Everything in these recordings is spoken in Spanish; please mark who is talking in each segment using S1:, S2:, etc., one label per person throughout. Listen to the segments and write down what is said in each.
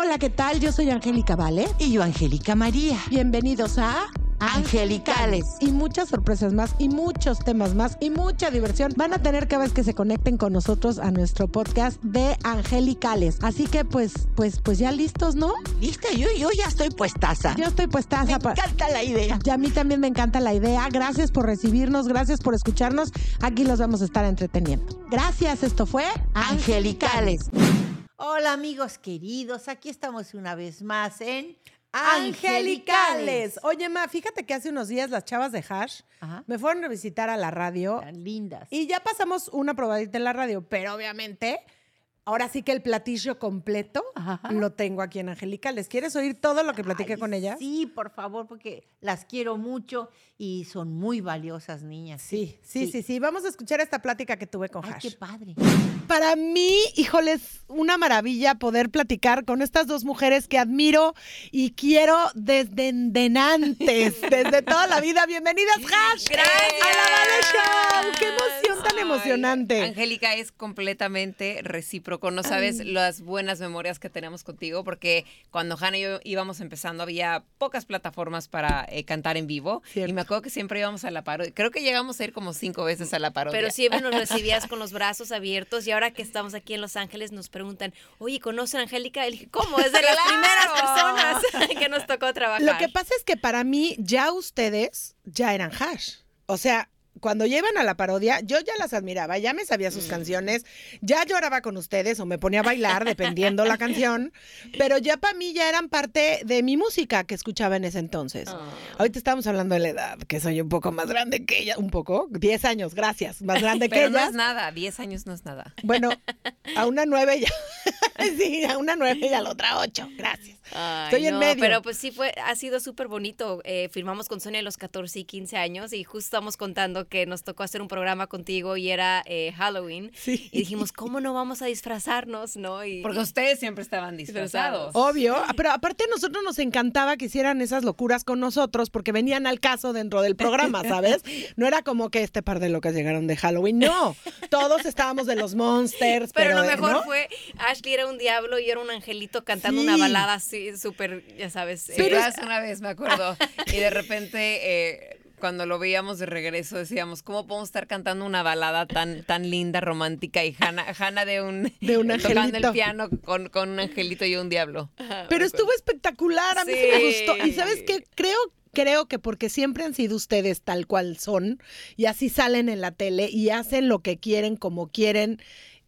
S1: Hola, ¿qué tal? Yo soy Angélica Vale.
S2: Y yo, Angélica María.
S1: Bienvenidos a
S2: Angelicales.
S1: Y muchas sorpresas más, y muchos temas más, y mucha diversión van a tener cada vez que se conecten con nosotros a nuestro podcast de Angelicales. Así que pues, pues, pues ya listos, ¿no?
S2: Lista, yo, yo ya estoy puestaza.
S1: Yo estoy pues
S2: Me
S1: taza. pa-
S2: encanta la idea.
S1: Y a mí también me encanta la idea. Gracias por recibirnos, gracias por escucharnos. Aquí los vamos a estar entreteniendo. Gracias, esto fue
S2: Angelicales. Hola amigos queridos, aquí estamos una vez más en
S1: Angelicales. Oye, Ma, fíjate que hace unos días las chavas de Hash
S2: Ajá.
S1: me fueron a visitar a la radio
S2: Tan lindas.
S1: y ya pasamos una probadita en la radio, pero obviamente ahora sí que el platillo completo
S2: Ajá.
S1: lo tengo aquí en Angelicales. ¿Quieres oír todo lo que platiqué
S2: Ay,
S1: con ellas?
S2: Sí, por favor, porque las quiero mucho y son muy valiosas niñas.
S1: Sí, sí, sí, sí. Vamos a escuchar esta plática que tuve con
S2: Ay,
S1: Hash.
S2: qué padre.
S1: Para mí, híjoles, una maravilla poder platicar con estas dos mujeres que admiro y quiero desde endenantes, desde toda la vida. Bienvenidas, Hash. A la Vale Show. Qué emoción tan
S3: Ay,
S1: emocionante.
S3: Angélica es completamente recíproco. No sabes las buenas memorias que tenemos contigo, porque cuando Hannah y yo íbamos empezando había pocas plataformas para eh, cantar en vivo.
S1: Cierto.
S3: Y me acuerdo que siempre íbamos a la parodia. Creo que llegamos a ir como cinco veces a la parodia.
S4: Pero siempre nos recibías con los brazos abiertos y ahora que estamos aquí en Los Ángeles nos preguntan, oye, ¿conocen a Angélica? Y le dije, ¿cómo? Es de las
S3: ¡Claro!
S4: primeras personas que nos tocó trabajar.
S1: Lo que pasa es que para mí ya ustedes ya eran Hash. O sea, cuando llevan a la parodia, yo ya las admiraba, ya me sabía
S3: Mm.
S1: sus canciones, ya lloraba con ustedes o me ponía a bailar dependiendo la canción, pero ya para mí ya eran parte de mi música que escuchaba en ese entonces.
S3: Ah.
S1: Ahorita estamos hablando de la edad, que soy un poco más grande que ella, un poco, 10 años, gracias, más grande que
S3: Pero no
S1: ellas.
S3: es nada, 10 años no es nada.
S1: Bueno, a una nueve ya. sí, a una nueve y a la otra ocho. Gracias.
S4: Ay,
S1: Estoy en
S4: no,
S1: medio.
S4: Pero pues sí, fue, ha sido súper bonito. Eh, firmamos con Sonia a los 14 y 15 años y justo estamos contando que nos tocó hacer un programa contigo y era eh, Halloween.
S1: Sí.
S4: Y dijimos, ¿cómo no vamos a disfrazarnos? ¿No? Y,
S3: Porque ustedes siempre estaban disfrazados.
S1: Obvio, pero aparte a nosotros nos encantaba que hicieran esas locuras con nosotros porque venían al caso dentro del programa, ¿sabes? No era como que este par de locas llegaron de Halloween, no. Todos estábamos de los monsters, pero,
S4: Pero, lo
S1: de-
S4: mejor
S1: ¿no?
S4: fue Ashley era un diablo y yo era un angelito cantando una
S1: Sí.
S4: balada así súper, ya sabes. eh,
S3: Sí, yo hace una vez me acuerdo. Y de repente, eh, cuando lo veíamos de regreso, decíamos, ¿cómo podemos estar cantando una balada tan, tan linda, romántica? Y Hanna, Hanna de un,
S1: De un
S3: tocando
S1: angelito.
S3: el piano con, con un angelito y un diablo.
S1: Pero estuvo espectacular, a mí se
S4: Sí.
S1: me gustó. Y sabes qué, creo, creo que porque siempre han sido ustedes tal cual son y así salen en la tele y hacen lo que quieren, como quieren.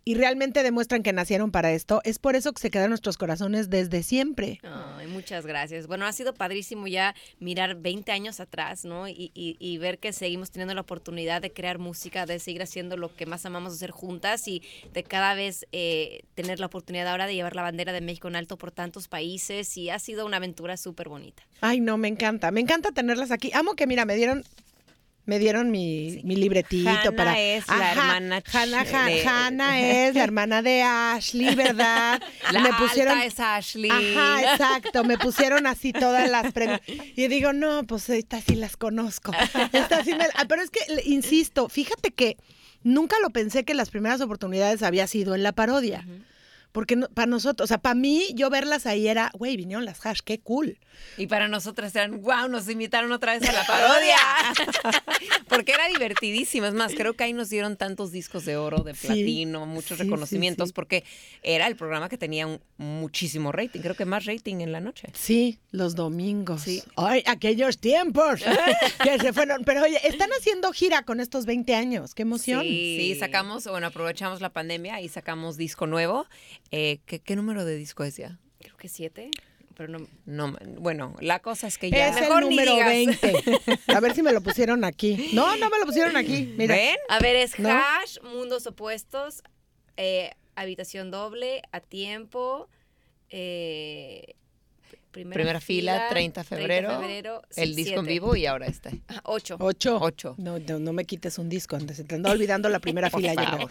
S1: Y realmente demuestran que nacieron para esto. Es por eso que se quedan en nuestros corazones desde siempre.
S4: Ay, muchas gracias. Bueno, ha sido padrísimo ya mirar 20 años atrás, ¿no? Y, y- y ver que seguimos teniendo la oportunidad de crear música, de seguir haciendo lo que más amamos hacer juntas y de cada vez eh, tener la oportunidad ahora de llevar la bandera de México en alto por tantos países y ha sido una aventura súper bonita.
S1: Ay, no, me encanta. Me encanta tenerlas aquí. Amo que, mira, me dieron. Me dieron mi, mi libretito
S3: Hannah
S1: para.
S3: es la hermana
S1: Hanna,
S3: ch- de-
S1: es la hermana de Ashley, ¿verdad?
S3: La alta es Ashley.
S1: Ajá, exacto. Me pusieron así todas las preguntas. Y digo, no, pues estas sí las conozco. Estas sí me- Ah, Pero es que, le- insisto, fíjate que nunca lo pensé que las primeras oportunidades había sido en la parodia. Porque para nosotros, o sea, para mí, yo verlas ahí era, güey, vinieron las hash, qué cool.
S3: Y para nosotras eran, wow, nos invitaron otra vez a la parodia. Porque era divertidísimo. Es más, creo que ahí nos dieron tantos discos de oro, de
S1: Sí,
S3: platino, muchos
S1: sí, sí,
S3: reconocimientos,
S1: sí.
S3: porque era el programa que tenía un- muchísimo rating. Creo que más rating en la noche.
S1: Sí, los domingos.
S3: Sí.
S1: Ay, aquellos tiempos que se fueron. Pero oye, están haciendo gira con estos 20 años. Qué emoción.
S3: Sí, sacamos, bueno, aprovechamos la pandemia y sacamos disco nuevo. Eh, ¿qué, qué número de disco es ya?
S4: Creo que siete, pero no.
S3: No, man- bueno, la cosa es que ya...
S1: Es
S4: Mejor
S1: el
S4: ni
S1: número
S4: digas.
S1: 20. A ver si me lo pusieron aquí. No, no me lo pusieron aquí. Mira.
S3: ¿Ven?
S4: A ver, es
S1: ¿No?
S4: hash, mundos opuestos, eh, habitación doble, a tiempo, eh, primera,
S3: Primera fila, 30 de febrero, el disco en vivo y ahora está.
S4: 8.
S1: Ocho.
S3: Ocho.
S1: No, no, no me quites un disco antes. Te ando olvidando la primera
S3: Por
S1: fila. yo creo.
S3: favor.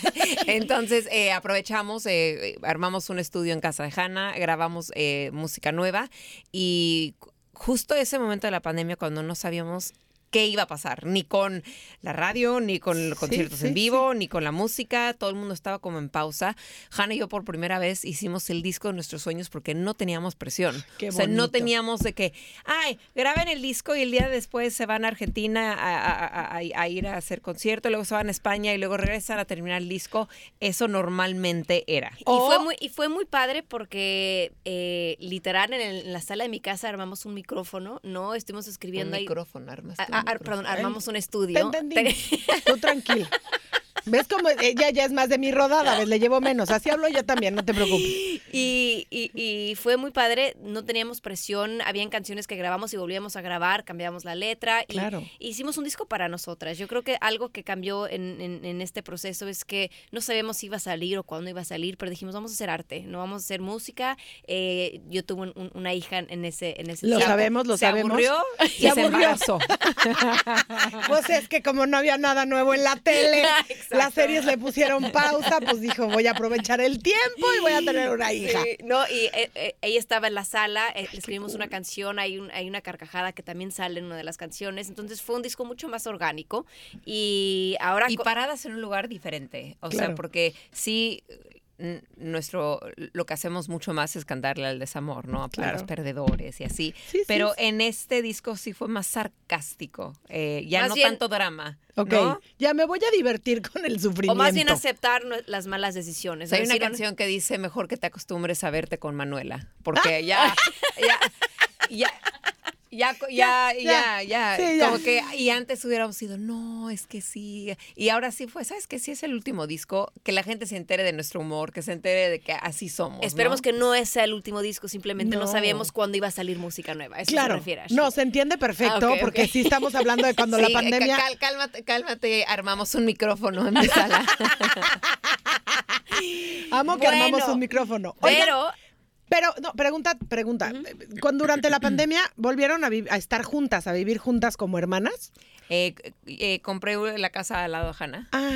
S3: Entonces eh, aprovechamos, eh, eh, armamos un estudio en casa de Hanna, grabamos eh, música nueva y cu- justo ese momento de la pandemia cuando no sabíamos qué iba a pasar, ni con la radio, ni con los conciertos
S1: sí,
S3: en vivo, ni con la música, todo el mundo estaba como en pausa. Hanna y yo por primera vez hicimos el disco de nuestros sueños porque no teníamos presión.
S1: Ah, Qué
S3: o sea, no
S1: bonito.
S3: teníamos de que, ay, graben el disco y el día después se van a Argentina a, a- a- a- a ir a hacer concierto, y luego se van a España y luego regresan a terminar el disco. Eso normalmente era.
S4: Y, fue muy, y fue muy padre porque eh, literal en, el- en la sala de mi casa armamos un micrófono, ¿no? Estuvimos escribiendo ahí.
S3: micrófono, armas.
S4: a- a- ar- perdón, armamos un
S1: Te
S4: estudio.
S1: entendí. Tú tranquila. ¿Ves cómo ella ya es más de mi rodada? ¿Ves? Le llevo menos. Así hablo yo también, no te preocupes.
S4: Y, y- y fue muy padre, no teníamos presión, habían canciones que grabamos y volvíamos a grabar, cambiamos la letra y
S1: Claro.
S4: y hicimos un disco para nosotras. Yo creo que algo que cambió en, en- en este proceso es que no sabíamos si iba a salir o cuándo iba a salir, pero dijimos vamos a hacer arte, no vamos a hacer música. Eh, yo tuve un- un- una hija en ese, en ese
S1: Lo
S4: tiempo.
S1: sabemos, lo
S3: se
S1: sabemos.
S3: aburrió y se,
S1: aburrió.
S3: embarazó.
S1: Pues es que como no había nada nuevo en la tele,
S4: Exacto.
S1: las series le pusieron pausa, pues dijo, voy a aprovechar el tiempo y voy a tener una hija.
S4: Sí, no, y eh, eh, ella estaba en la sala, eh, le escribimos una canción, hay, un- hay una carcajada que también sale en una de las canciones, entonces fue un disco mucho más orgánico y ahora...
S3: Y
S4: co-
S3: paradas en un lugar diferente. O
S1: Claro.
S3: sea, porque sí, n- nuestro lo que hacemos mucho más es cantarle al desamor, ¿no? A
S1: Claro.
S3: los perdedores y así.
S1: Sí, sí,
S3: Pero
S1: sí.
S3: en este disco sí fue más sarcástico. eh, ya
S4: Más
S3: no
S4: bien-
S3: tanto drama.
S1: Ok,
S3: ¿no?
S1: ya me voy a divertir con el sufrimiento.
S4: o más bien aceptar nue- las malas decisiones.
S3: O sea, hay una
S4: decir,
S3: canción que dice mejor que te acostumbres a verte con Manuela. Porque ya, ya, ya. Ya, ya,
S1: Ya, ya.
S3: ya, ya,
S1: Sí, ya.
S3: Como que, y antes hubiéramos sido, no, es que sí. Y ahora sí fue, ¿sabes que Sí es el último disco, que la gente se entere de nuestro humor, que se entere de que así somos.
S4: Esperemos
S3: ¿no?
S4: que no sea el último disco, simplemente no,
S1: No.
S4: sabíamos cuándo iba a salir música nueva. a Eso
S1: Claro,
S4: se refiere. Ashley.
S1: no, se entiende perfecto,
S4: Ah, ok,
S1: porque
S4: ok.
S1: sí estamos hablando de cuando
S3: Sí,
S1: la pandemia...
S3: ca- cal- cálmate, cálmate, armamos un micrófono en mi sala.
S1: Amo que
S4: Bueno,
S1: armamos un micrófono. Oigan,
S4: Pero
S1: Pero, no, pregunta, pregunta. Cuando durante la pandemia volvieron a, vi- a estar juntas, a vivir juntas como hermanas.
S3: Eh, eh, compré la casa al lado de Hannah.
S1: Ah,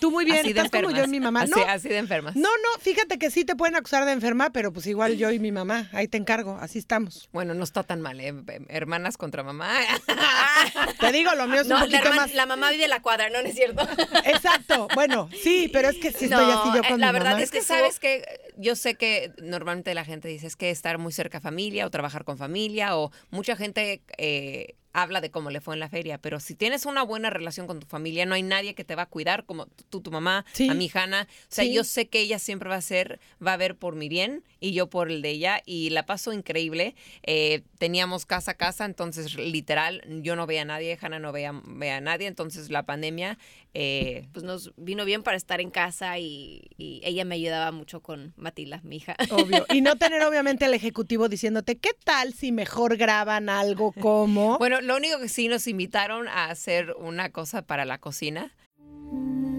S1: tú muy bien,
S3: así de
S1: estás como yo y
S3: enfermas.
S1: mi mamá.
S3: Así,
S1: no,
S3: así de enfermas.
S1: no, no, fíjate que sí te pueden acusar de enferma, pero pues igual yo y mi mamá, ahí te encargo, así estamos.
S3: Bueno, no está tan mal, ¿eh? Hermanas contra mamá. Ah,
S1: Te digo, lo mío es
S4: no,
S1: un
S4: la,
S1: poquito
S4: hermana-
S1: más...
S4: la mamá vive en la cuadra, ¿no? ¿No es cierto?
S1: Exacto, bueno, sí, pero es que sí
S4: No,
S1: estoy así yo
S4: eh,
S1: con
S4: la
S1: mi
S4: verdad
S1: mamá.
S3: Es que
S4: estuvo-
S3: sabes que yo sé que normalmente la gente dice es que estar muy cerca a familia o trabajar con familia o mucha gente eh, habla de cómo le fue en la feria, pero si tienes una buena relación con tu familia no hay nadie que te va a cuidar como tú, tu mamá,
S1: Sí.
S3: a mi Hanna. O sea,
S1: Sí.
S3: yo sé que ella siempre va a ser, va a ver por mi bien y yo por el de ella y la paso increíble. Eh, teníamos casa a casa, entonces literal yo no veía a nadie, Hanna no veía, veía a nadie, entonces la pandemia... eh,
S4: Pues nos vino bien para estar en casa y, y ella me ayudaba mucho con Matila, mi hija.
S1: Obvio. Y no tener obviamente al ejecutivo diciéndote, ¿qué tal si mejor graban algo como...
S4: Pues,
S3: Bueno, lo único que sí nos invitaron a hacer una cosa para la cocina.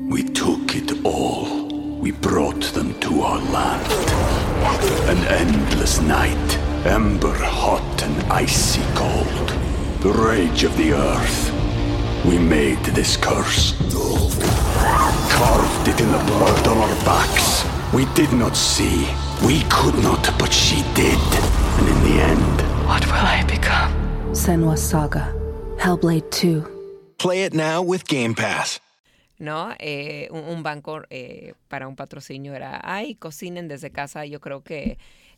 S5: We took it all. We brought them to our land. An endless night, ember hot and icy cold. The rage of the earth. We made this curse. Carved it in the blood on our backs. We did not see. We could not, but she did. And in the end,
S6: What will I become? Senwa Saga. Hellblade 2.
S7: Play it now with Game Pass.
S3: ¿no? Eh, un, un banco eh, para un patrocinio era, ay, cocinen desde casa. Yo creo que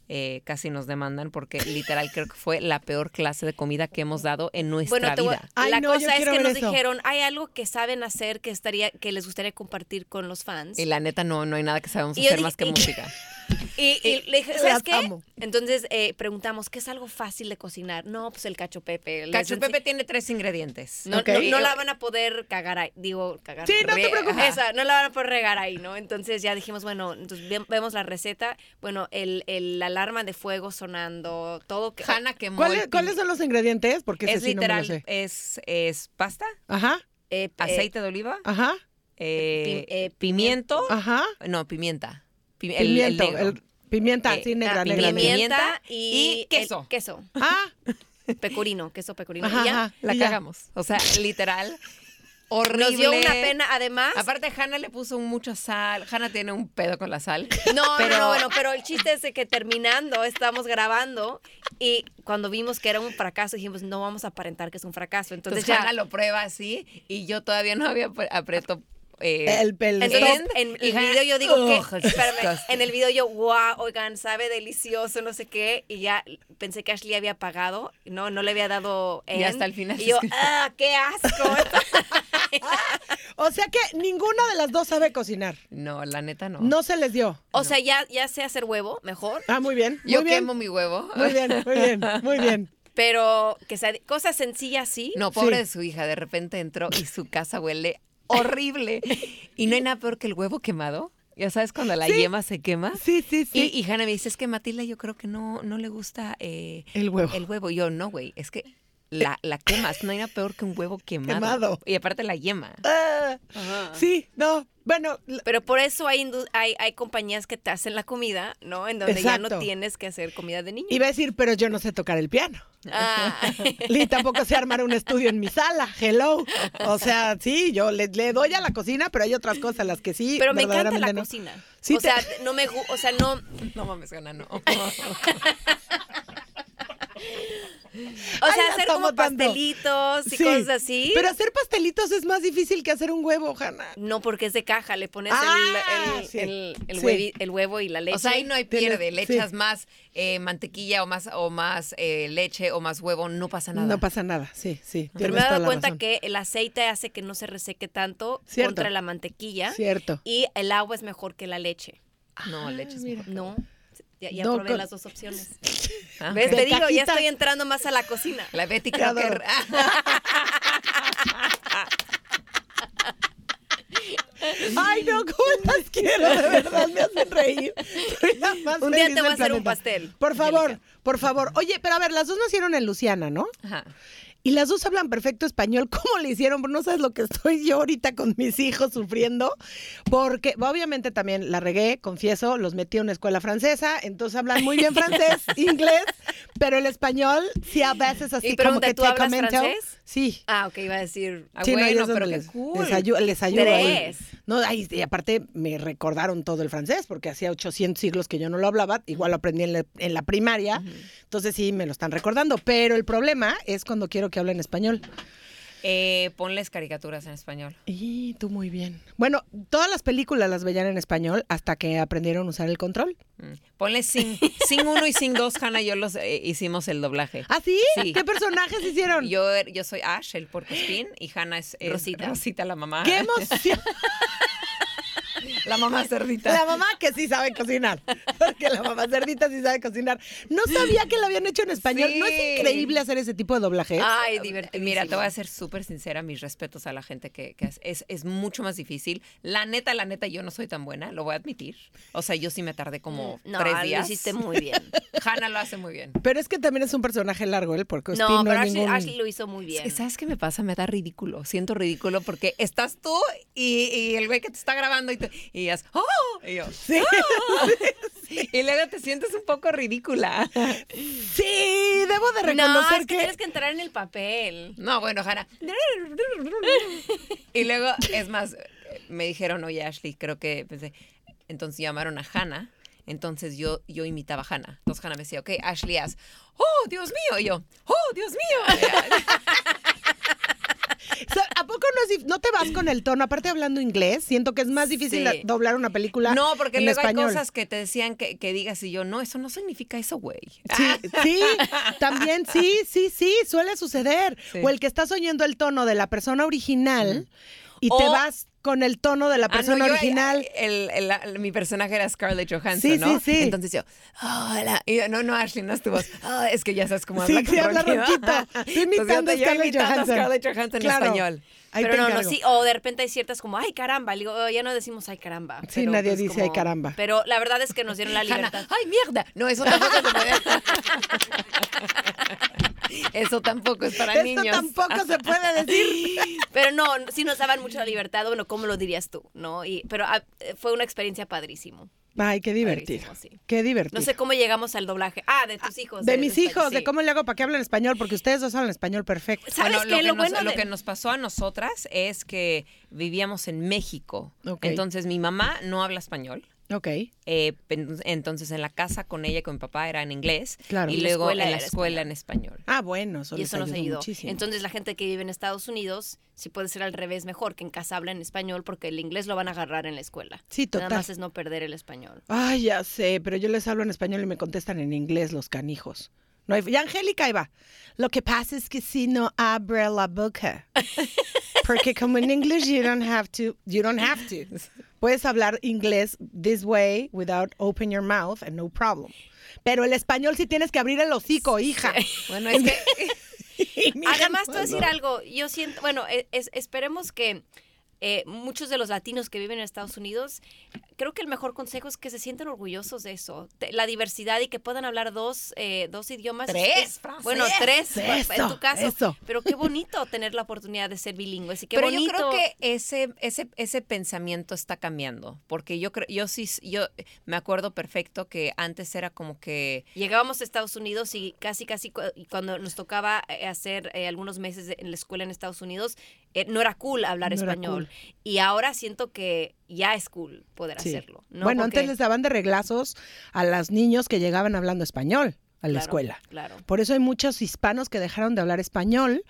S3: eh, casi nos demandan porque literal creo que fue la peor clase de comida que hemos dado en nuestra
S4: Bueno, te voy-
S3: vida.
S1: Ay,
S4: la
S1: no, yo
S4: cosa es
S1: quiero
S4: que
S1: ver
S4: nos
S1: eso.
S4: dijeron, hay algo que saben hacer que estaría que les gustaría compartir con los fans.
S3: Y la neta no, no hay nada que sabemos
S4: Y yo
S3: hacer
S4: dije,
S3: más que
S4: ¿y qué?
S3: música.
S4: Y, y le dije,
S1: Las
S4: ¿sabes qué?
S1: amo.
S4: Entonces eh, preguntamos, ¿qué es algo fácil de cocinar? No, pues el cacho pepe. Les
S3: Cacho
S4: ense-
S3: Pepe tiene tres ingredientes.
S4: No,
S1: Ok.
S4: no- no la van a poder cagar ahí. Digo, cagar.
S1: Sí, no te preocupes.
S4: Ajá, esa, no la van a poder regar ahí, ¿no? Entonces ya dijimos, bueno, entonces ve- vemos la receta. Bueno, el, el alarma de fuego sonando, todo. Que,
S3: Hanna quemó
S1: ¿Cuáles,
S3: el-
S1: cuáles son los ingredientes? Porque ese
S3: es
S1: sí no me lo
S3: literal,
S1: sé.
S3: es, es pasta,
S1: Ajá,
S4: eh, eh,
S3: aceite de oliva,
S1: ajá,
S3: eh,
S4: pi- eh,
S3: pimiento,
S1: ajá.
S3: no, pimienta. Pi- el- el
S1: Ah. Pimiento.
S3: negro.
S1: el- pimienta,
S3: Eh,
S1: sí,
S4: ah,
S1: negra, negra,
S4: pimienta,
S1: negra.
S4: y,
S3: y
S4: el
S3: queso.
S4: queso,
S1: Ah,
S4: pecorino, queso pecorino.
S1: ajá,
S4: y ya.
S1: ajá,
S3: La
S1: y ya.
S3: cagamos. O sea, literal. Horrible.
S4: Nos dio una pena, además.
S3: Aparte, Hanna le puso mucha sal. Hanna tiene un pedo con la sal.
S4: No,
S3: Pero-
S4: no, no, bueno, pero el chiste es de que terminando, estamos grabando y cuando vimos que era un fracaso, dijimos, no vamos a aparentar que es un fracaso. Entonces,
S3: Entonces,
S4: ya.
S3: Hanna lo prueba así y yo todavía no había apre- apretado. eh,
S1: El, Oh, el
S4: Entonces,
S3: End.
S4: en
S3: Y
S4: el
S3: Hanna-
S4: video yo digo que,
S3: Ugh,
S4: espérame,
S3: disgusting.
S4: en el video yo, wow, oigan, sabe delicioso, no sé qué, y ya pensé que Ashley había pagado, no, no le había dado
S3: Y
S4: end.
S3: hasta el final
S4: Y
S3: se
S4: yo,
S3: escuchó.
S4: ah, qué asco.
S1: O sea que ninguna de las dos sabe cocinar.
S3: No, la neta no.
S1: No se les dio.
S4: o sea, ya, ya sé hacer huevo, mejor,
S1: Ah, muy bien. Muy
S3: yo
S1: bien.
S3: quemo mi huevo.
S1: Muy bien, muy bien, muy bien.
S4: pero que sea cosas sencillas, sí.
S3: No, pobre de su hija, de repente entró y su casa huele horrible. Y no hay nada peor que el huevo quemado. Ya sabes, cuando la yema se quema.
S1: Sí, sí, sí.
S3: Y, y Hanna me dice, es que Matilda yo creo que no, no le gusta eh,
S1: El huevo.
S3: El huevo. Y Yo, no, güey, es que la, la quemas. No hay nada peor que un huevo quemado.
S1: Quemado.
S3: Y aparte la yema.
S1: Ah, sí, no. Bueno, la-
S4: Pero por eso hay, indu- hay, hay compañías que te hacen la comida, ¿no? En donde ya
S1: Exacto.
S4: no tienes que hacer comida de niño.
S1: iba a decir, pero yo no sé tocar el piano.
S4: Ah.
S1: Ni tampoco sé armar un estudio en mi sala. Hello. O sea, sí, yo le, le doy a la cocina, pero hay otras cosas a las que sí.
S4: Pero me encanta
S1: verdaderamente
S4: la
S1: no.
S4: cocina.
S1: Sí,
S4: o
S1: te-
S4: sea, no me gu- o sea, no,
S3: No mames, gana, no.
S4: o
S1: Ay,
S4: sea,
S1: las
S4: hacer
S1: amo
S4: como
S1: tanto.
S4: pastelitos y cosas así.
S1: Pero hacer pastelitos es más difícil que hacer un huevo, Hanna.
S4: No, porque es de caja, le pones
S1: Ah,
S4: el, el-
S1: sí.
S4: el- el
S1: Sí.
S4: huevi- el huevo y la leche.
S3: O sea, ahí no hay
S1: Tienes-
S3: pierde. Le
S1: sí.
S3: echas más eh, mantequilla o más, o más eh, leche o más huevo. No pasa nada.
S1: No pasa nada, sí, sí.
S4: Pero
S1: tienes
S4: me he
S1: toda
S4: dado
S1: la
S4: cuenta
S1: razón.
S4: que el aceite hace que no se reseque tanto
S1: Cierto.
S4: contra la mantequilla.
S1: Cierto.
S4: Y el agua es mejor que la leche.
S3: No, leche es mejor.
S4: No. Ya, ya
S1: Ah, No,
S4: probé
S1: con-
S4: las dos opciones.
S3: Ah,
S4: ¿Ves?
S3: ok.
S4: Te digo, ya
S1: cajita.
S4: estoy entrando más a la cocina.
S3: La Betty creo que...
S1: adoro. Ay, no, ¿cómo las quiero? De verdad, me hacen reír. Soy la más
S4: Un día
S1: feliz
S4: te voy a
S1: del
S4: hacer
S1: planeta.
S4: un pastel,
S1: Por favor,
S4: Angélica.
S1: por favor. Oye, pero a ver, las dos nacieron en Luciana, ¿no?
S3: Ajá.
S1: Y las dos hablan perfecto español. ¿Cómo le hicieron? No sabes lo que estoy yo ahorita con mis hijos sufriendo. Porque obviamente también la regué, confieso, los metí a una escuela francesa, entonces hablan muy bien francés, inglés, pero el español sí a veces así
S4: Y
S1: como
S4: pregunta,
S1: que
S4: ¿tú
S1: te
S4: hablas
S1: comento.
S4: francés?
S1: Sí.
S4: Ah, ok, iba a decir. ah,
S1: Sí, no, ahí
S3: bueno,
S1: es donde
S3: pero qué
S1: les,
S3: cool.
S1: les ayu- les ayuda.
S4: Tres.
S1: güey. No, ahí- y aparte me recordaron todo el francés, porque hacía 800 siglos que yo no lo hablaba, igual lo aprendí en la, en la primaria, entonces sí me lo están recordando, pero el problema es cuando quiero que hablen español.
S3: Eh, ponles caricaturas en español.
S1: Y tú muy bien. Bueno, todas las películas las veían en español hasta que aprendieron a usar el control.
S3: Mm. Ponle sin, sin uno y sin dos, Hanna y yo los eh, hicimos el doblaje.
S1: ¿Ah, sí?
S3: Sí.
S1: ¿Qué personajes hicieron?
S3: Yo, er- yo soy Ash, el porco spin, y Hanna es, es
S4: Rosita.
S3: la mamá.
S1: ¡Qué emoción!
S3: La mamá cerdita.
S1: La mamá que sí sabe cocinar. Porque la mamá cerdita sí sabe cocinar. No sabía que lo habían hecho en español. ¿No
S3: Sí. Ah.
S1: es increíble hacer ese tipo de doblaje? ¿eh?
S4: Ay, divertido.
S3: Mira, te voy a ser súper sincera, mis respetos a la gente que, que hace- es, es mucho más difícil. La neta, la neta, yo no soy tan buena, lo voy a admitir. O sea, yo sí me tardé como
S4: Mm, No,
S3: tres
S4: lo
S3: días.
S4: hiciste muy bien.
S3: Hanna lo hace muy bien.
S1: Pero es que también es un personaje largo, él, porque Ospin no
S4: No, pero
S1: es
S4: Ashley,
S1: ningún...
S4: Ashley lo hizo muy bien.
S3: Es que, ¿Sabes qué me pasa? Me da ridículo. Siento ridículo porque estás tú y, y el güey que te está grabando y, tú- y ellas, ¡oh! Y yo, "Oh". Y luego te sientes un poco ridícula.
S1: Sí, debo de
S4: No,
S1: reconocer
S4: es que,
S1: que...
S4: tienes que entrar en el papel.
S3: No, bueno, Jara. Y luego, es más, me dijeron, oye, Ashley, creo que. pensé, entonces llamaron a Hannah. Entonces yo, yo imitaba a Hannah. Entonces Hannah me decía, ok, Ashley, haz, oh, Dios mío. Y yo, oh, Dios mío.
S1: O sea, ¿A poco tampoco no, es dif- no te vas con el tono. Aparte, hablando inglés, siento que es más difícil
S3: Sí.
S1: la- doblar una película.
S3: No, porque
S1: en
S3: luego
S1: español.
S3: hay cosas que te decían que, que digas y yo, no, eso no significa eso, güey.
S1: Sí, sí, también sí, sí, sí, suele suceder.
S3: Sí.
S1: O el que estás oyendo el tono de la persona original y te
S3: O-
S1: vas con el tono de la
S3: Ah, no,
S1: persona
S3: yo-
S1: original.
S3: el- el- la- mi personaje era Scarlett Johansson,
S1: Sí, sí,
S3: ¿no?
S1: sí.
S3: Entonces yo, hola. Y yo, no, no, Ashley, no es tu voz. Ah, es que ya sabes cómo
S1: Sí,
S3: habla.
S1: sí, habla ronquito. Tú imitando a
S3: Entonces, yo
S1: Scarlett
S3: imitando
S1: Johansson.
S3: a Scarlett Johansson
S1: Claro.
S3: en español.
S1: Ahí te
S4: pero no, no,
S1: encargo.
S4: sí, o de repente hay ciertas como, ay caramba, le digo, "Oh, ya no decimos ay caramba.
S1: Sí,
S4: pero, pues,
S1: nadie dice, "Ay, caramba".
S4: Pero la verdad es que nos dieron la
S3: Hannah,
S4: libertad.
S3: ay, mierda. No, eso tampoco se puede. eso tampoco es para
S1: Esto
S3: niños.
S1: tampoco se puede decir.
S4: Pero no, sí nos daban mucho la libertad, bueno, ¿cómo lo dirías tú? ¿No? Y, pero ah, eh, fue una experiencia padrísimo.
S1: Ay, qué divertido.
S4: Padrísimo, sí.
S1: Qué divertido.
S4: No sé cómo llegamos al doblaje. Ah, de tus hijos.
S1: de mis
S4: español,
S1: hijos, de
S4: sí. Pues,
S1: cómo le hago para que hablen español, porque ustedes dos hablan español perfecto.
S4: ¿Sabes
S3: bueno,
S4: qué?
S3: lo, que
S4: Lo
S3: nos,
S4: bueno
S3: lo
S4: de-
S3: que nos pasó a nosotras es que vivíamos en México.
S1: Ok.
S3: Entonces mi mamá no habla español.
S1: Ok.
S3: Eh, pen- entonces en la casa con ella y con mi papá era en inglés
S1: Claro.
S3: y
S1: Y la
S3: luego
S4: escuela
S3: en la
S4: era
S3: escuela en español.
S1: Ah, bueno, eso
S4: Y
S1: les
S4: eso nos ayudó.
S1: muchísimo.
S4: Entonces la gente que vive en Estados Unidos, sí puede ser al revés mejor, que en casa hablen español porque el inglés lo van a agarrar en la escuela.
S1: Sí, total.
S4: Nada más es no perder el español.
S1: Ay, ya sé, pero yo les hablo en español y me contestan en inglés los canijos. No hay... Y Angélica, ahí va. Lo que pasa es que si no abre la boca. Porque como en inglés you don't have to, you don't have to. Puedes hablar inglés this way without open your mouth and no problem. Pero el español sí tienes que abrir el hocico, hija.
S3: Bueno, es que
S4: Además, te voy a decir algo. Yo siento, bueno, e- es- esperemos que eh, muchos de los latinos que viven en Estados Unidos, creo que el mejor consejo es que se sientan orgullosos de eso, de la diversidad y que puedan hablar dos, eh, dos idiomas.
S3: Tres,
S4: Es-
S3: francés.
S4: Bueno, tres, en
S1: Eso,
S4: tu caso.
S1: eso.
S4: Pero qué bonito tener la oportunidad de ser bilingüe. Y qué
S3: pero
S4: bonito.
S3: yo creo que ese, ese, ese pensamiento está cambiando, porque yo creo, yo sí, yo me acuerdo perfecto que antes era como que
S4: Llegábamos a Estados Unidos y casi, casi cu- y cuando nos tocaba eh, hacer eh, algunos meses de- en la escuela en Estados Unidos, eh, no era cool hablar
S1: No era
S4: español. Y ahora siento que ya es cool poder
S1: Sí.
S4: hacerlo. ¿no?
S1: Bueno,
S4: Porque-
S1: antes les daban de reglazos a los niños que llegaban hablando español a la
S4: Claro,
S1: escuela.
S4: Claro.
S1: Por eso hay muchos hispanos que dejaron de hablar español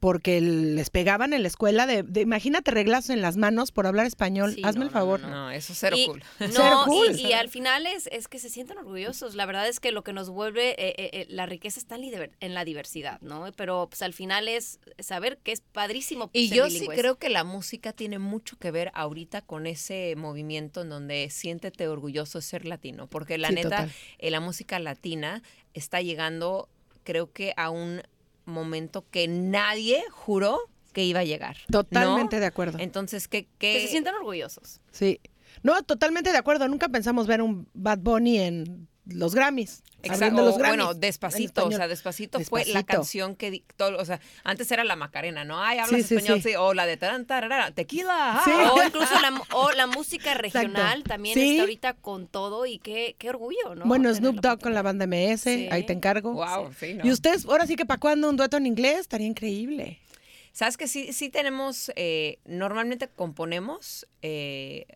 S1: porque el- les pegaban en la escuela de, de- imagínate reglas en las manos por hablar español.
S4: Sí,
S1: Hazme
S4: no,
S1: el favor.
S3: no, eso cero
S4: y,
S3: cool.
S4: No,
S1: Cero
S4: y-
S1: cool.
S4: y, al final es, es que se sientan orgullosos. La verdad es que lo que nos vuelve eh, eh, eh, la riqueza está en, la diver- en la diversidad, ¿no? Pero pues al final es saber que es padrísimo.
S3: Y
S4: ser
S3: yo sí
S4: bilingües.
S3: creo que la música tiene mucho que ver ahorita con ese movimiento en donde siéntete orgulloso de ser latino, porque la
S1: Sí,
S3: neta,
S1: total.
S3: eh, la música latina está llegando, creo que a un momento que nadie juró que iba a llegar. ¿no?
S1: Totalmente de acuerdo.
S3: Entonces, ¿qué?
S4: Que
S3: qué?
S4: se sientan orgullosos.
S1: Sí. No, totalmente de acuerdo. Nunca pensamos ver un Bad Bunny en los Grammys.
S3: Exacto.
S1: abriendo los Grammys
S3: Bueno,
S1: en
S3: despacito, o sea,
S1: español.
S3: despacito, fue la
S1: Despacito.
S3: canción que di- todo, o sea, antes era la Macarena, ¿no? Ay, hablas
S1: Sí, sí,
S3: español,
S1: sí.
S3: sí. o la de taran, tarara, tequila.
S1: Sí.
S3: ah,
S4: O incluso la, mu- o la música regional también
S1: Sí.
S4: está ahorita con todo y qué, qué orgullo, ¿no?
S1: Bueno,
S4: Tener
S1: Snoop Dogg con la
S4: oportunidad.
S1: banda MS,
S4: Sí.
S1: ahí te encargo.
S3: Wow, sí, no.
S1: Y ustedes, ahora sí que para cuando un dueto en inglés estaría increíble.
S3: Sabes que sí, sí tenemos, eh, normalmente componemos eh,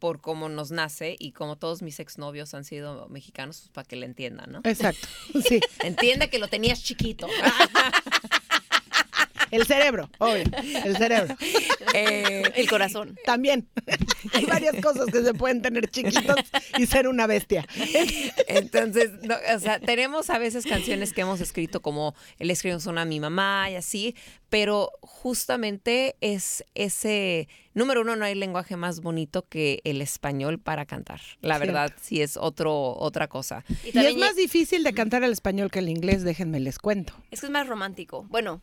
S3: por cómo nos nace y como todos mis exnovios han sido mexicanos, pues, para que le entiendan, ¿no?
S1: Exacto. Sí.
S3: Entiende que lo tenías chiquito.
S1: El cerebro, obvio. El cerebro.
S3: Eh,
S4: El corazón.
S1: También. Hay varias cosas que se pueden tener chiquitos y ser una bestia.
S3: Entonces, no, o sea, tenemos a veces canciones que hemos escrito como le escribimos una a mi mamá y así, pero justamente es ese, número uno, no hay lenguaje más bonito que el español para cantar. La
S1: Cierto.
S3: verdad, sí es otro, otra cosa.
S4: Y
S1: Y es
S4: también
S1: más difícil de cantar el español que el inglés, déjenme les cuento.
S4: es que es más romántico. Bueno,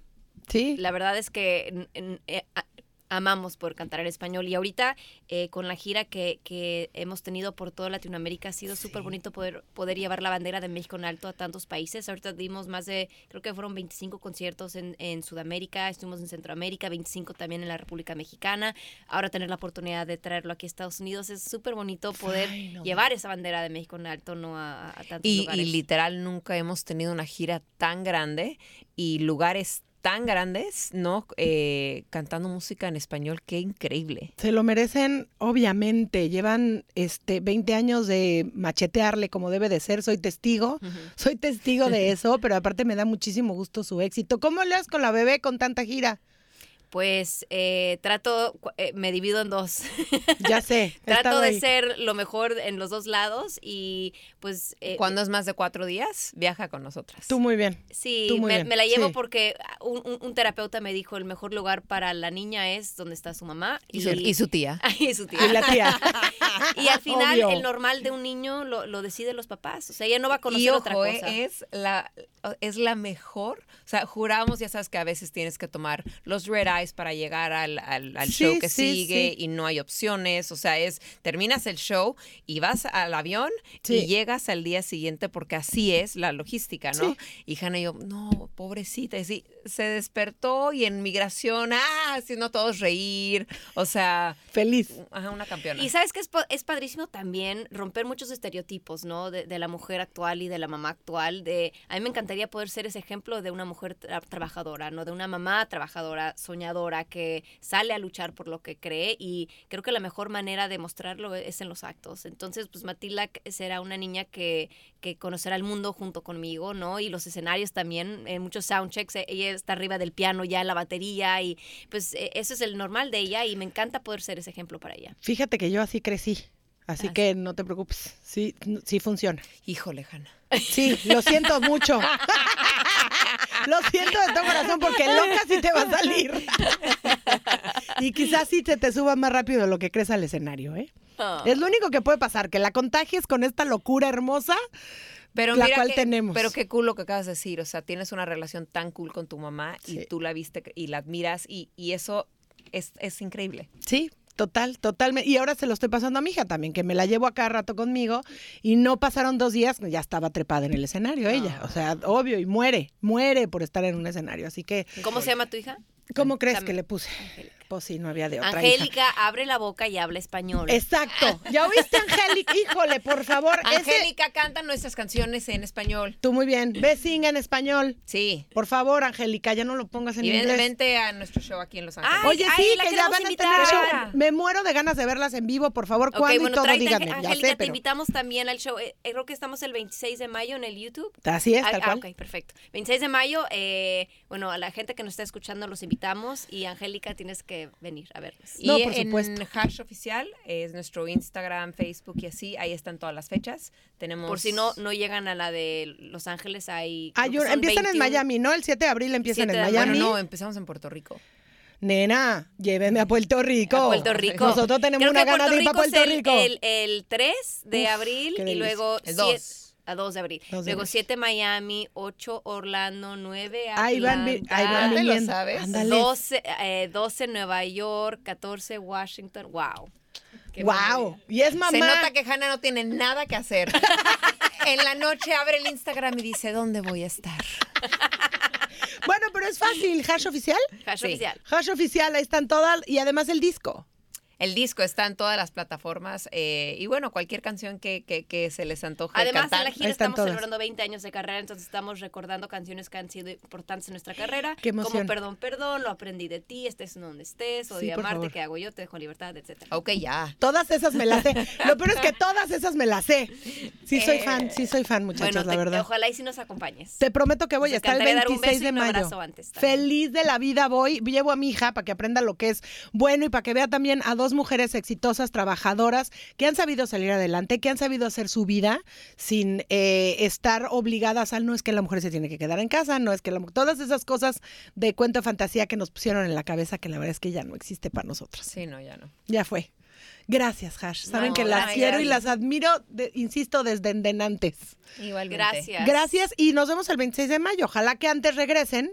S1: Sí.
S4: la verdad es que en- en- eh, a- amamos por cantar en español y ahorita eh, con la gira que, que hemos tenido por toda Latinoamérica ha sido súper bonito poder, poder llevar la bandera de México en alto a tantos países. Ahorita dimos más de, creo que fueron 25 conciertos en, en Sudamérica, estuvimos en Centroamérica, 25 también en la República Mexicana. Ahora tener la oportunidad de traerlo aquí a Estados Unidos es súper bonito poder llevar esa bandera de México en alto no a, a tantos
S3: Y, y
S4: lugares.
S3: literal nunca hemos tenido una gira tan grande y lugares tan grandes, ¿no? Eh, cantando música en español, qué increíble.
S1: Se lo merecen, obviamente. Llevan este 20 años de machetearle como debe de ser. Soy testigo. Soy testigo de eso, pero aparte me da muchísimo gusto su éxito. ¿Cómo le das con la bebé con tanta gira?
S3: pues eh, trato, cu- eh, me divido en dos.
S1: Ya sé. he
S3: trato
S1: estado
S3: de
S1: ahí.
S3: ser lo mejor en los dos lados y pues... eh,
S4: Cuando es más de cuatro días, viaja con nosotras.
S1: Tú muy bien.
S3: Sí,
S1: Tú muy
S3: me,
S1: bien,
S3: me la llevo
S1: sí.
S3: porque ah, un, un- un terapeuta me dijo el mejor lugar para la niña es donde está su mamá
S4: Y su, y su tía.
S3: y su tía.
S1: Y la tía.
S3: Y al final
S1: Obvio.
S3: el normal de un niño lo, lo deciden los papás. O sea, ella no va a conocer
S4: y ojo,
S3: otra
S4: eh,
S3: cosa.
S4: es la es la mejor. O sea, juramos, ya sabes que a veces tienes que tomar los red eyes para llegar al, al- al
S1: Sí,
S4: show que
S1: sí,
S4: sigue
S1: sí.
S4: y no hay opciones. O sea, es terminas el show y vas al avión
S1: Sí.
S4: y llegas al día siguiente porque así es la logística, ¿no? Y Hannah y yo, no, pobrecita. Y sí, se despertó y en migración, ah, haciendo todos reír. O sea,
S1: Feliz.
S4: ajá, una campeona.
S3: Y sabes que es, pa- es padrísimo también romper muchos estereotipos, ¿no? De, de la mujer actual y de la mamá actual. De, a mí me encantaría poder ser ese ejemplo de una mujer tra- trabajadora, ¿no? De una mamá trabajadora, soñadora, que sale a luchar por lo que cree y creo que la mejor manera de mostrarlo es en los actos. Entonces, pues Matilda c- será una niña que, que conocerá el mundo junto conmigo, ¿no? Y los escenarios también, en muchos soundchecks, eh, ella está arriba del piano ya, la batería y pues eh, eso es el normal de ella y me encanta poder ser ese ejemplo para ella.
S1: Fíjate que yo así crecí. Así
S3: Ah,
S1: que no te preocupes. Sí, sí funciona.
S4: Híjole, Hannah.
S1: Sí, lo siento mucho. Lo siento de todo corazón porque loca sí te va a salir. Y quizás sí te, te suba más rápido de lo que crees al escenario, ¿eh? Es lo único que puede pasar, que la contagies con esta locura hermosa.
S4: Pero
S1: la
S4: mira
S1: cual
S4: que-
S1: tenemos.
S4: Pero qué cool lo que acabas de decir. O sea, tienes una relación tan cool con tu mamá
S1: Sí.
S4: y tú la viste cre- y la admiras y, y eso es, es increíble.
S1: Sí, total, totalmente. Y ahora se lo estoy pasando a mi hija también, que me la llevo a cada rato conmigo y no pasaron dos días, ya estaba trepada en el escenario ella. O sea, obvio, y muere, muere por estar en un escenario. Así que,
S3: ¿Cómo se llama tu hija?
S1: ¿cómo crees
S3: Tam-
S1: que le puse? Pues sí, no había de otra hija.
S3: Angélica, abre la boca y habla español.
S1: Exacto. ¿Ya oíste, Angélica? Híjole, por favor. ese-
S4: Angélica canta nuestras canciones en español.
S1: Tú muy bien. Ve, singa en español.
S4: Sí.
S1: Por favor, Angélica, ya no lo pongas en
S4: Y ven-
S1: inglés.
S4: vente a nuestro show aquí en Los Ángeles.
S3: Ay,
S1: Oye, sí,
S3: la
S1: que ya
S3: queremos
S1: van a
S3: invitar.
S1: tener show. Me muero de ganas de verlas en vivo, por favor,
S3: Ok,
S1: cuando y
S3: bueno,
S1: todo,
S3: tráete,
S1: díganme.
S3: Ange-
S1: Ya
S3: Angélica,
S1: sé,
S3: te
S1: pero...
S3: invitamos también al show. Eh, eh, creo que estamos el 26 de mayo en el YouTube.
S1: Así es,
S3: Ah,
S1: tal
S3: ah,
S1: cual.
S3: ok, perfecto. 26 de mayo, eh, bueno, a la gente que nos está escuchando los invitamos y Angélica tienes que venir a vernos.
S4: Y
S1: No, por
S4: en
S1: supuesto.
S4: Hash Oficial es nuestro Instagram, Facebook y así. Ahí están todas las fechas. Tenemos.
S3: Por si no no llegan a la de Los Ángeles, hay.
S1: Ay,
S3: creo que
S1: Ah, yo-
S3: son
S1: empiezan
S3: 21.
S1: en Miami, ¿no? El 7 de abril empiezan
S3: 7
S1: en
S3: de
S1: Miami.
S3: abril.
S4: Bueno, no, empezamos en Puerto Rico.
S1: Nena, llévenme a Puerto Rico.
S3: A Ah, Puerto Rico.
S1: Nosotros tenemos
S3: Creo
S1: una
S3: que
S1: gana de ir a Puerto
S3: es el-
S1: Rico.
S3: El, el 3 de
S1: Uf,
S3: abril
S1: qué
S3: y
S1: delicia.
S3: luego
S4: El
S3: 7
S4: 2.
S3: a 2 de abril.
S1: Dos de
S3: luego
S1: abril.
S3: 7 Miami, 8 Orlando, 9 Atlanta.
S1: Ahí van, vi- ahí van
S4: Ya te lo
S1: viniendo.
S4: sabes.
S1: Ándale.
S3: 12, eh, 12 Nueva York, 14 Washington. Wow. Qué
S1: wow.
S3: maravilla.
S1: Y es mamá.
S4: Se nota que Hannah no tiene nada que hacer. en la noche abre el Instagram y dice, ¿dónde voy a estar?
S1: Bueno, pero es fácil. Hash oficial.
S3: Hash oficial.
S1: Hash oficial, ahí están todas. Y además el disco.
S4: El disco está en todas las plataformas eh, y bueno, cualquier canción que, que- que se les antoje
S3: Además,
S4: cantar.
S3: en la gira
S1: Ahí están
S3: estamos
S1: todas.
S3: celebrando 20 años de carrera, entonces estamos recordando canciones que han sido importantes en nuestra carrera.
S1: Qué
S3: como
S1: emoción.
S3: Perdón, perdón, lo aprendí de ti, estés en donde estés, o
S1: Sí,
S3: de
S1: por
S3: amarte,
S1: favor.
S3: que hago yo, te dejo en libertad, etcétera.
S4: Ok, ya.
S1: Todas esas me las sé. Lo peor es que todas esas me las sé. Sí soy fan, sí soy fan, muchachos,
S3: Eh, Bueno,
S1: la
S3: te-
S1: verdad.
S3: ojalá y si nos acompañes.
S1: Te prometo que voy
S3: Nos
S1: a estar el
S3: encantaría dar un
S1: 26
S3: beso y
S1: de
S3: un
S1: mayo.
S3: abrazo antes también.
S1: Feliz de la vida voy. Llevo a mi hija para que aprenda lo que es bueno y para que vea también a dos mujeres exitosas, trabajadoras, que han sabido salir adelante, que han sabido hacer su vida sin eh, estar obligadas al no es que la mujer se tiene que quedar en casa, no es que la mu- todas esas cosas de cuento de fantasía que nos pusieron en la cabeza que la verdad es que ya no existe para nosotras.
S4: Sí, no, ya no.
S1: Ya fue. Gracias, Hash. Saben
S3: No,
S1: que las
S4: gracias.
S1: quiero y las admiro, de- insisto, desde en antes.
S4: Igualmente.
S3: Gracias.
S1: Gracias y nos vemos el 26 de mayo. Ojalá que antes regresen.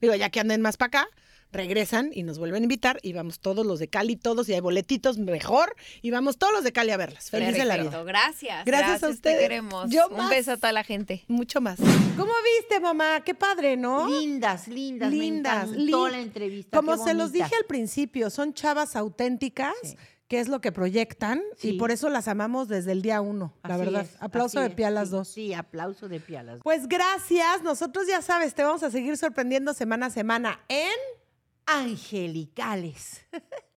S1: Digo, ya que anden más para acá, regresan y nos vuelven a invitar y vamos todos los de Cali, todos, y hay boletitos mejor y vamos todos los de Cali a verlas. Feliz de la
S3: Perfecto,
S1: vida.
S3: Gracias.
S1: Gracias. a ustedes.
S4: Te queremos.
S1: Yo
S4: Un
S1: más.
S4: beso a toda la gente.
S1: Mucho más. ¿Cómo viste, mamá? Qué padre, ¿no?
S8: Lindas, lindas,
S1: lindas,
S8: me encantó
S1: lin-
S8: la entrevista.
S1: Como
S8: qué
S1: se los
S8: bonita.
S1: dije al principio, son chavas auténticas,
S8: Sí.
S1: que es lo que proyectan,
S8: Sí.
S1: y por eso las amamos desde el día uno, la
S8: Así
S1: verdad.
S8: es,
S1: Aplauso
S8: así
S1: de
S8: es,
S1: pie a las
S8: sí,
S1: dos.
S8: Sí, aplauso de pie a las dos.
S1: Pues gracias, nosotros ya sabes, te vamos a seguir sorprendiendo semana a semana en...
S8: Angelicales.